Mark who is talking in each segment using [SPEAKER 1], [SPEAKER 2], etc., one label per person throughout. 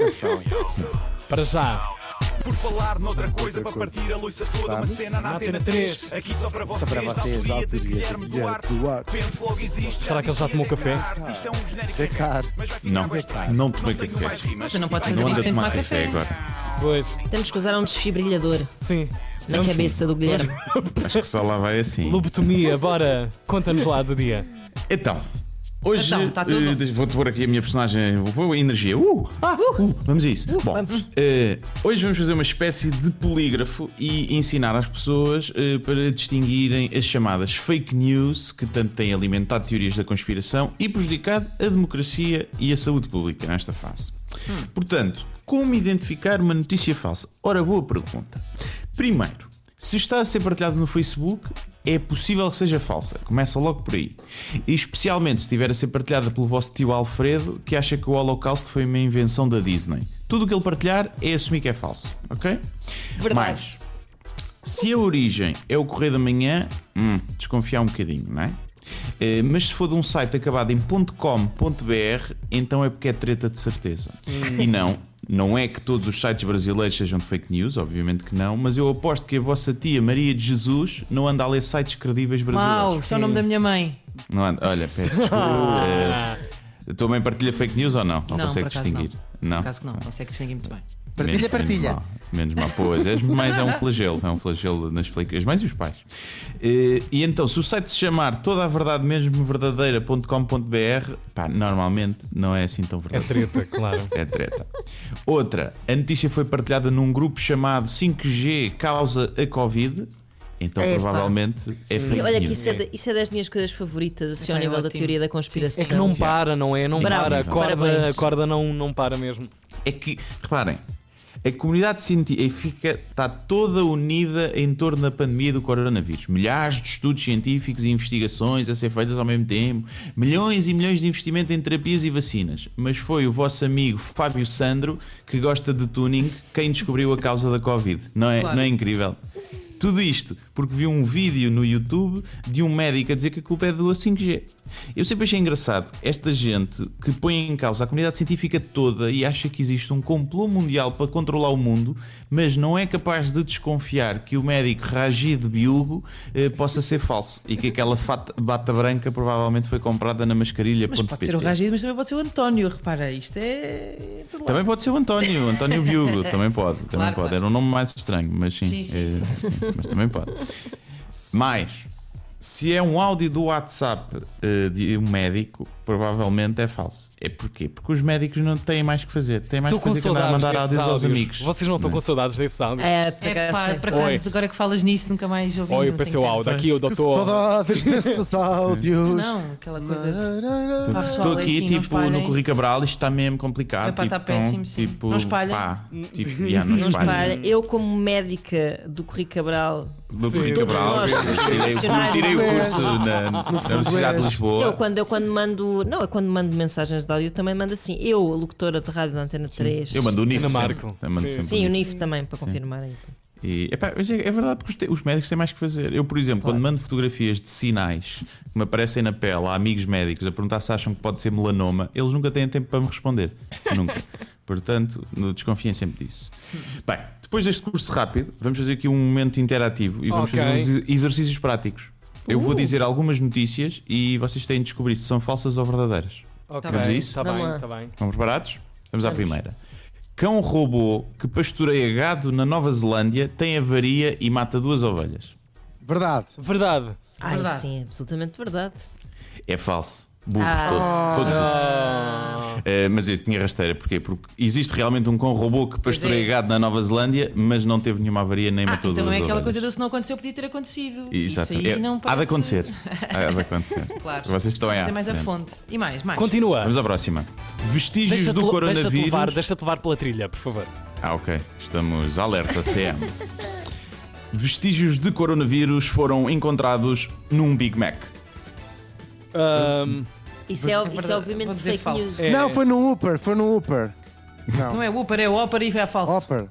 [SPEAKER 1] atenção.
[SPEAKER 2] Para já.
[SPEAKER 3] Por falar noutra coisa, para
[SPEAKER 1] coisa.
[SPEAKER 3] partir a luz toda, uma
[SPEAKER 1] Sabe?
[SPEAKER 3] cena na Antena 3. Aqui só para vocês,
[SPEAKER 1] para vocês,
[SPEAKER 3] da
[SPEAKER 1] da
[SPEAKER 3] autoria de
[SPEAKER 1] autoria de
[SPEAKER 3] Guilherme
[SPEAKER 1] Guilherme
[SPEAKER 3] Duarte.
[SPEAKER 1] Duarte.
[SPEAKER 3] Penso logo existe.
[SPEAKER 2] Será que ele já
[SPEAKER 3] dizia
[SPEAKER 2] tomou café?
[SPEAKER 3] Descartes, isto é um genérico
[SPEAKER 1] Descartes.
[SPEAKER 3] mas vai ficar
[SPEAKER 4] Não, é
[SPEAKER 3] bem claro.
[SPEAKER 4] não tomei café.
[SPEAKER 5] Mas não pode fazer
[SPEAKER 4] Não anda
[SPEAKER 5] isto
[SPEAKER 4] a
[SPEAKER 5] sem
[SPEAKER 4] tomar
[SPEAKER 5] tomar
[SPEAKER 4] café
[SPEAKER 5] café.
[SPEAKER 4] agora.
[SPEAKER 2] Pois.
[SPEAKER 5] Temos que usar um desfibrilhador
[SPEAKER 2] Sim.
[SPEAKER 5] na cabeça do Guilherme.
[SPEAKER 4] Acho que só lá vai assim.
[SPEAKER 2] Lobotomia, bora. Conta-nos lá do dia.
[SPEAKER 4] Então, hoje
[SPEAKER 5] Então, tá tudo.
[SPEAKER 4] eh, deixa- vou-te pôr aqui a minha personagem. Vou, vou energia. Uh! Ah, uh, vamos a isso. Bom, eh, hoje vamos fazer uma espécie de polígrafo e ensinar às pessoas eh, para distinguirem as chamadas fake news que tanto têm alimentado teorias da conspiração e prejudicado a democracia e a saúde pública nesta fase.
[SPEAKER 5] Hum.
[SPEAKER 4] Portanto, como identificar uma notícia falsa? Ora, boa pergunta. Primeiro, se está a ser partilhado no Facebook, é possível que seja falsa. Começa logo por aí. E especialmente se estiver a ser partilhada pelo vosso tio Alfredo, que acha que o Holocausto foi uma invenção da Disney. Tudo o que ele partilhar é assumir que é falso, ok?
[SPEAKER 5] Verdade.
[SPEAKER 4] Mas, se a origem é o Correio da Manhã, hum, desconfiar um bocadinho, não é? Eh, Mas se for de um site acabado em .com.br, então é porque é treta de certeza. E não, não é que todos os sites brasileiros sejam de fake news, obviamente que não, mas eu aposto que a vossa tia Maria de Jesus não anda a ler sites credíveis
[SPEAKER 5] Uau,
[SPEAKER 4] brasileiros.
[SPEAKER 5] isto é o nome da minha mãe.
[SPEAKER 4] Não anda. Olha, peço desculpa. Eh, a tua mãe partilha fake news ou não? Ou
[SPEAKER 5] não,
[SPEAKER 4] consegue
[SPEAKER 5] por acaso
[SPEAKER 4] distinguir?
[SPEAKER 5] não. Por acaso que não, consegue distinguir muito bem.
[SPEAKER 1] Partilha,
[SPEAKER 4] Menos-
[SPEAKER 1] partilha.
[SPEAKER 4] Menos mal, menos mal. pois. És mais é um flagelo. É um flagelo nas flic- as mães e os pais. Eh, E então, se o site se chamar toda a verdade mesmo verdadeira.com.br, pá, normalmente não é assim tão
[SPEAKER 2] É
[SPEAKER 4] verdadeiro.
[SPEAKER 2] treta, claro.
[SPEAKER 4] É treta. Outra, a notícia foi partilhada num grupo chamado 5G causa a Covid. Então,
[SPEAKER 5] Epá.
[SPEAKER 4] provavelmente é fake
[SPEAKER 6] Olha, que
[SPEAKER 4] news.
[SPEAKER 6] isso é, de- isso é das minhas coisas favoritas, assim, ao
[SPEAKER 5] Epá, é
[SPEAKER 6] nível da
[SPEAKER 5] ótimo.
[SPEAKER 6] teoria da conspiração.
[SPEAKER 2] É que não para, não é? Não
[SPEAKER 6] Bravo.
[SPEAKER 2] para. A corda,
[SPEAKER 6] Parabéns.
[SPEAKER 2] a corda não, não para mesmo.
[SPEAKER 4] é que, reparem, a comunidade científica está toda unida em torno da pandemia do coronavírus. Milhares de estudos científicos e investigações a ser feitas ao mesmo tempo, milhões e milhões de investimento em terapias e vacinas. Mas foi o vosso amigo Fábio Sandro, que gosta de tuning, quem descobriu a causa da Covid. Não é,
[SPEAKER 5] Claro.
[SPEAKER 4] não é incrível? Tudo isto porque vi um vídeo no YouTube de um médico a dizer que a culpa é do 5G. Eu sempre achei engraçado esta gente que põe em causa a comunidade científica toda e acha que existe um complô mundial para controlar o mundo, mas não é capaz de desconfiar que o médico Rajid Biugo eh, possa ser falso e que aquela fata- bata branca provavelmente foi comprada na
[SPEAKER 5] Mas
[SPEAKER 4] mascarilha.pt.
[SPEAKER 5] pode ser o Rajid, mas também pode ser o António. Repara, isto é. tudo lá.
[SPEAKER 4] Também pode ser o António, o António Biugo, também pode, também
[SPEAKER 5] Claro,
[SPEAKER 4] pode.
[SPEAKER 5] claro.
[SPEAKER 4] Era um nome mais estranho, mas sim,
[SPEAKER 5] Sim, sim,
[SPEAKER 4] é,
[SPEAKER 5] sim.
[SPEAKER 4] sim, mas também pode. Mas se é um áudio do WhatsApp eh, de um médico, provavelmente é falso. É porquê? Porque os médicos não têm mais que fazer, têm mais
[SPEAKER 2] Estou
[SPEAKER 4] que
[SPEAKER 2] com
[SPEAKER 4] fazer que andar a
[SPEAKER 2] saudades
[SPEAKER 4] mandar
[SPEAKER 2] desses
[SPEAKER 4] áudios aos amigos.
[SPEAKER 2] Vocês não estão
[SPEAKER 4] Né?
[SPEAKER 2] com saudades desses áudios?
[SPEAKER 6] É, por
[SPEAKER 5] É pá,
[SPEAKER 6] acaso,
[SPEAKER 5] por
[SPEAKER 2] Oi.
[SPEAKER 5] acaso, agora que falas nisso, nunca mais ouvi.
[SPEAKER 2] Oi,
[SPEAKER 5] não
[SPEAKER 2] o PC
[SPEAKER 5] tenho
[SPEAKER 2] áudio. Aqui o
[SPEAKER 1] Que
[SPEAKER 2] doutor.
[SPEAKER 1] saudades desses
[SPEAKER 5] tempo.
[SPEAKER 1] áudios.
[SPEAKER 5] Não, aquela coisa. Ah, pessoal,
[SPEAKER 4] Estou aqui
[SPEAKER 5] assim, não
[SPEAKER 4] tipo no
[SPEAKER 5] espalhem.
[SPEAKER 4] Corri Cabral, isto está mesmo complicado.
[SPEAKER 5] Epá,
[SPEAKER 4] tipo,
[SPEAKER 5] está péssimo, sim.
[SPEAKER 4] tipo,
[SPEAKER 5] Não espalhem.
[SPEAKER 4] pá, tipo, yeah, não
[SPEAKER 6] Não
[SPEAKER 4] espalhem.
[SPEAKER 6] para. Eu, como médica do Corri Cabral,
[SPEAKER 4] Do Corri
[SPEAKER 2] Todos
[SPEAKER 4] Cabral,
[SPEAKER 6] nós,
[SPEAKER 4] eu tirei o curso-
[SPEAKER 6] profissionais,
[SPEAKER 4] tirei o
[SPEAKER 1] não é?
[SPEAKER 4] curso na, na Universidade
[SPEAKER 5] é.
[SPEAKER 4] de Lisboa.
[SPEAKER 6] eu quando, eu quando mando. Não, eu quando mando mensagens de áudio eu também mando assim. Eu, a locutora de rádio da Antena 3.
[SPEAKER 4] Eu mando o NIF.
[SPEAKER 2] Ana
[SPEAKER 4] sempre.
[SPEAKER 2] Marco.
[SPEAKER 4] Eu mando
[SPEAKER 2] Sim.
[SPEAKER 4] sempre
[SPEAKER 6] Sim,
[SPEAKER 4] o
[SPEAKER 6] o
[SPEAKER 4] NIF.
[SPEAKER 6] NIF também, para confirmar aí.
[SPEAKER 4] E, epá, mas é, é verdade porque os, te- os médicos têm mais que fazer. Eu, por exemplo, quando mando fotografias de sinais que me aparecem na pele a amigos médicos a perguntar se acham que pode ser melanoma, eles nunca têm tempo para me responder. nunca. Portanto, no- desconfiem sempre disso. Bem, depois deste curso rápido, vamos fazer aqui um momento interativo e vamos
[SPEAKER 2] Ok.
[SPEAKER 4] fazer uns e- exercícios práticos. Eu vou dizer algumas notícias e vocês têm de descobrir se são falsas ou verdadeiras.
[SPEAKER 2] Ok,
[SPEAKER 4] Vamos a isso?
[SPEAKER 2] está bem,
[SPEAKER 5] Tá Vamos lá.
[SPEAKER 2] está bem.
[SPEAKER 4] Estão preparados? Vamos à primeira. Cão robô que pastoreia gado na Nova Zelândia tem avaria e mata duas ovelhas.
[SPEAKER 1] Verdade.
[SPEAKER 2] Verdade.
[SPEAKER 6] Ai,
[SPEAKER 5] Verdade.
[SPEAKER 6] sim, absolutamente verdade.
[SPEAKER 4] É falso. Burro,
[SPEAKER 6] Ah.
[SPEAKER 4] todo. todo burro.
[SPEAKER 2] Ah,
[SPEAKER 4] Eh, mas eu tinha rasteira, porquê? Porque existe realmente um cão robô que pastoreia
[SPEAKER 5] é.
[SPEAKER 4] gado na Nova Zelândia, mas não teve nenhuma avaria nem
[SPEAKER 5] Ah,
[SPEAKER 4] matou
[SPEAKER 5] então
[SPEAKER 4] duas
[SPEAKER 5] é aquela
[SPEAKER 4] ovelhas.
[SPEAKER 5] coisa do se não aconteceu, podia ter acontecido.
[SPEAKER 4] Exato.
[SPEAKER 5] Isso aí
[SPEAKER 4] É-
[SPEAKER 5] não
[SPEAKER 4] Há
[SPEAKER 5] parece...
[SPEAKER 4] de acontecer. Há de acontecer.
[SPEAKER 5] Claro.
[SPEAKER 4] Vocês estão em
[SPEAKER 5] Tem é mais a
[SPEAKER 4] frente.
[SPEAKER 5] fonte. E mais, mais.
[SPEAKER 2] Continua.
[SPEAKER 4] Vamos à próxima. Vestígios
[SPEAKER 2] Deixa-te
[SPEAKER 4] do
[SPEAKER 2] le-
[SPEAKER 4] coronavírus.
[SPEAKER 2] Deixa-te levar, deixa levar pela trilha, por favor.
[SPEAKER 4] Ah, ok. Estamos alerta, CM. Vestígios de coronavírus foram encontrados num Big Mac.
[SPEAKER 2] Ahm,
[SPEAKER 6] Isso é, isso é
[SPEAKER 5] verdade,
[SPEAKER 6] obviamente
[SPEAKER 5] vou dizer
[SPEAKER 6] fake
[SPEAKER 5] falso.
[SPEAKER 6] news.
[SPEAKER 2] É.
[SPEAKER 1] Não, foi no Uber, foi no Uber.
[SPEAKER 5] Não é o Uber, é o Opera e é falso.
[SPEAKER 1] Uber.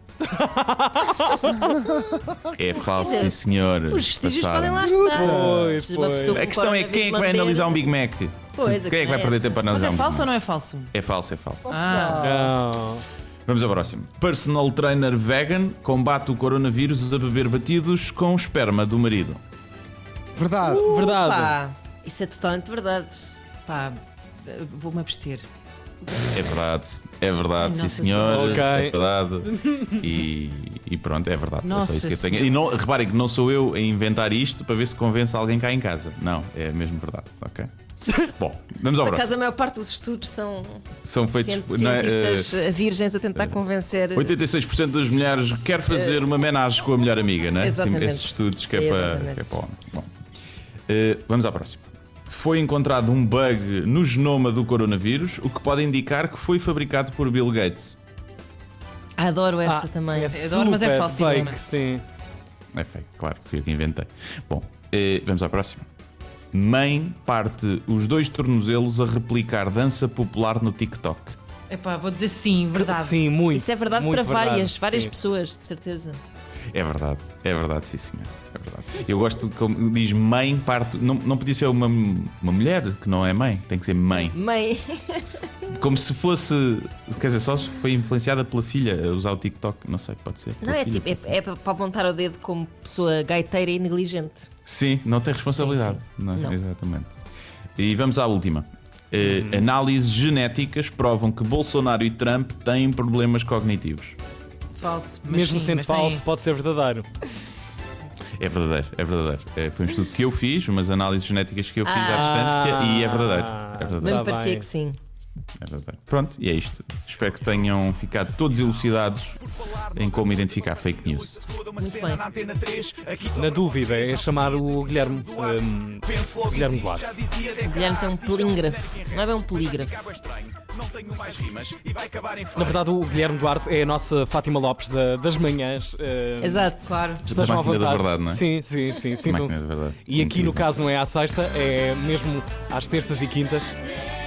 [SPEAKER 4] É falso, sim,
[SPEAKER 6] dizer,
[SPEAKER 4] senhor.
[SPEAKER 6] Oh, Os vestígios
[SPEAKER 4] Passaram.
[SPEAKER 6] podem lá estar.
[SPEAKER 2] Pois,
[SPEAKER 6] Se uma
[SPEAKER 2] pois.
[SPEAKER 6] pessoa
[SPEAKER 4] A questão é
[SPEAKER 6] com
[SPEAKER 4] quem é que vai
[SPEAKER 6] coronavírus
[SPEAKER 4] analisar um
[SPEAKER 6] lamber-
[SPEAKER 4] Big Mac?
[SPEAKER 6] Pois, a
[SPEAKER 4] quem é que
[SPEAKER 6] questão
[SPEAKER 4] vai
[SPEAKER 6] é
[SPEAKER 4] perder
[SPEAKER 6] essa.
[SPEAKER 4] tempo para
[SPEAKER 5] Mas
[SPEAKER 4] analisar
[SPEAKER 5] é
[SPEAKER 4] um
[SPEAKER 5] falso ou
[SPEAKER 4] Big Mac?
[SPEAKER 5] não é falso?
[SPEAKER 4] É falso, é falso.
[SPEAKER 5] Ah,
[SPEAKER 2] não.
[SPEAKER 4] Vamos Vamos ao próximo. Personal trainer vegan combate o coronavírus a beber batidos com esperma do marido.
[SPEAKER 1] Verdade.
[SPEAKER 2] Verdade.
[SPEAKER 6] Pá, isso é totalmente verdade.
[SPEAKER 5] Pá, vou-me abster.
[SPEAKER 4] É verdade, é verdade,
[SPEAKER 5] Nossa
[SPEAKER 4] sim senhor.
[SPEAKER 2] Senhora. Ok.
[SPEAKER 4] É verdade. E, e pronto, é verdade. é só
[SPEAKER 5] Nossa
[SPEAKER 4] isso que eu tenho.
[SPEAKER 5] Senhora.
[SPEAKER 4] E não, reparem que não sou eu a inventar isto para ver se convence alguém cá em casa. Não, é mesmo verdade. Ok. Bom, vamos ao
[SPEAKER 6] Por
[SPEAKER 4] próximo.
[SPEAKER 6] acaso, a maior parte dos estudos são
[SPEAKER 4] São feitos.
[SPEAKER 6] cien-
[SPEAKER 4] não é,
[SPEAKER 6] cientistas eh, virgens a tentar convencer.
[SPEAKER 4] eh, 86% das mulheres quer fazer uma homenagem com a melhor amiga, não é? Sim,
[SPEAKER 6] Exatamente.
[SPEAKER 4] esses estudos que é, para,
[SPEAKER 6] Exatamente.
[SPEAKER 4] que é para o homem. Bom, eh, vamos à próxima. Foi encontrado um bug no genoma do coronavírus, o que pode indicar que foi fabricado por Bill Gates.
[SPEAKER 6] Adoro essa
[SPEAKER 2] Ah,
[SPEAKER 6] também.
[SPEAKER 2] é
[SPEAKER 5] adoro, mas é
[SPEAKER 2] super
[SPEAKER 5] falsíssima.
[SPEAKER 2] fake, sim.
[SPEAKER 4] É fake, claro, fui eu que inventei. Bom, eh, vamos à próxima. Mãe parte os dois tornozelos a replicar dança popular no TikTok.
[SPEAKER 5] Epá, vou dizer sim, verdade.
[SPEAKER 2] Sim, muito.
[SPEAKER 6] Isso é verdade
[SPEAKER 2] muito
[SPEAKER 6] para várias,
[SPEAKER 2] verdade,
[SPEAKER 6] várias
[SPEAKER 2] sim.
[SPEAKER 6] pessoas, de certeza.
[SPEAKER 4] É verdade, é verdade, sim senhor. É verdade. Eu gosto de como diz mãe parte. Não, não podia ser uma, uma mulher que não é mãe, tem que ser mãe.
[SPEAKER 6] Mãe,
[SPEAKER 4] Como se fosse. Quer dizer, só se foi influenciada pela filha a usar o TikTok, não sei, pode ser.
[SPEAKER 6] não
[SPEAKER 4] pela
[SPEAKER 6] é
[SPEAKER 4] filha,
[SPEAKER 6] tipo,
[SPEAKER 4] pela filha.
[SPEAKER 6] é, é para apontar o dedo como pessoa gaiteira e negligente.
[SPEAKER 4] Sim, não tem responsabilidade.
[SPEAKER 6] Sim,
[SPEAKER 4] Não, é?
[SPEAKER 6] Não.
[SPEAKER 4] Exatamente. E vamos à última. Eh,
[SPEAKER 2] Hum.
[SPEAKER 4] Análises genéticas provam que Bolsonaro e Trump têm problemas cognitivos.
[SPEAKER 5] Falso. mas
[SPEAKER 2] Mesmo
[SPEAKER 5] sim,
[SPEAKER 2] sendo
[SPEAKER 5] mas tem-
[SPEAKER 2] falso, pode ser verdadeiro.
[SPEAKER 4] É verdadeiro, é verdadeiro. Eh, foi um estudo que eu fiz, umas análises genéticas que eu fiz
[SPEAKER 2] Hum. Ah.
[SPEAKER 4] à distância e é verdadeiro. É
[SPEAKER 6] Bem
[SPEAKER 4] verdadeiro,
[SPEAKER 2] Tá
[SPEAKER 6] me parecia
[SPEAKER 2] bem.
[SPEAKER 6] que sim.
[SPEAKER 4] é verdadeiro. Pronto, e é isto. Espero que tenham ficado todos elucidados em como identificar fake news.
[SPEAKER 3] Toda uma cena na Antena 3, aqui só
[SPEAKER 2] Na
[SPEAKER 3] para
[SPEAKER 2] dúvida, é
[SPEAKER 3] vocês,
[SPEAKER 2] chamar o Guilherme.
[SPEAKER 3] não há
[SPEAKER 2] hum,
[SPEAKER 3] Penso logo
[SPEAKER 2] Guilherme
[SPEAKER 3] existe,
[SPEAKER 2] Duarte.
[SPEAKER 3] já dizia Descartes,
[SPEAKER 6] Guilherme tem um
[SPEAKER 3] isto é uma
[SPEAKER 6] polígrafo.
[SPEAKER 3] mulher que
[SPEAKER 6] Não é bem um
[SPEAKER 3] mas vai
[SPEAKER 6] polígrafo.
[SPEAKER 3] ficar bem estranho. Não tenho mais rimas e vai acabar em
[SPEAKER 2] na
[SPEAKER 3] frango.
[SPEAKER 2] verdade, o Guilherme Duarte é a nossa Fátima Lopes da- das manhãs. hum,
[SPEAKER 6] Exato.
[SPEAKER 5] Claro.
[SPEAKER 2] Estejam à
[SPEAKER 4] máquina da
[SPEAKER 2] vontade.
[SPEAKER 4] verdade, não é?
[SPEAKER 2] Sim, sim, sim.
[SPEAKER 4] Máquina da
[SPEAKER 2] Sintam-se.
[SPEAKER 4] verdade.
[SPEAKER 2] E aqui, no
[SPEAKER 4] Incrível.
[SPEAKER 2] caso, não é à sexta, é mesmo às terças e quintas.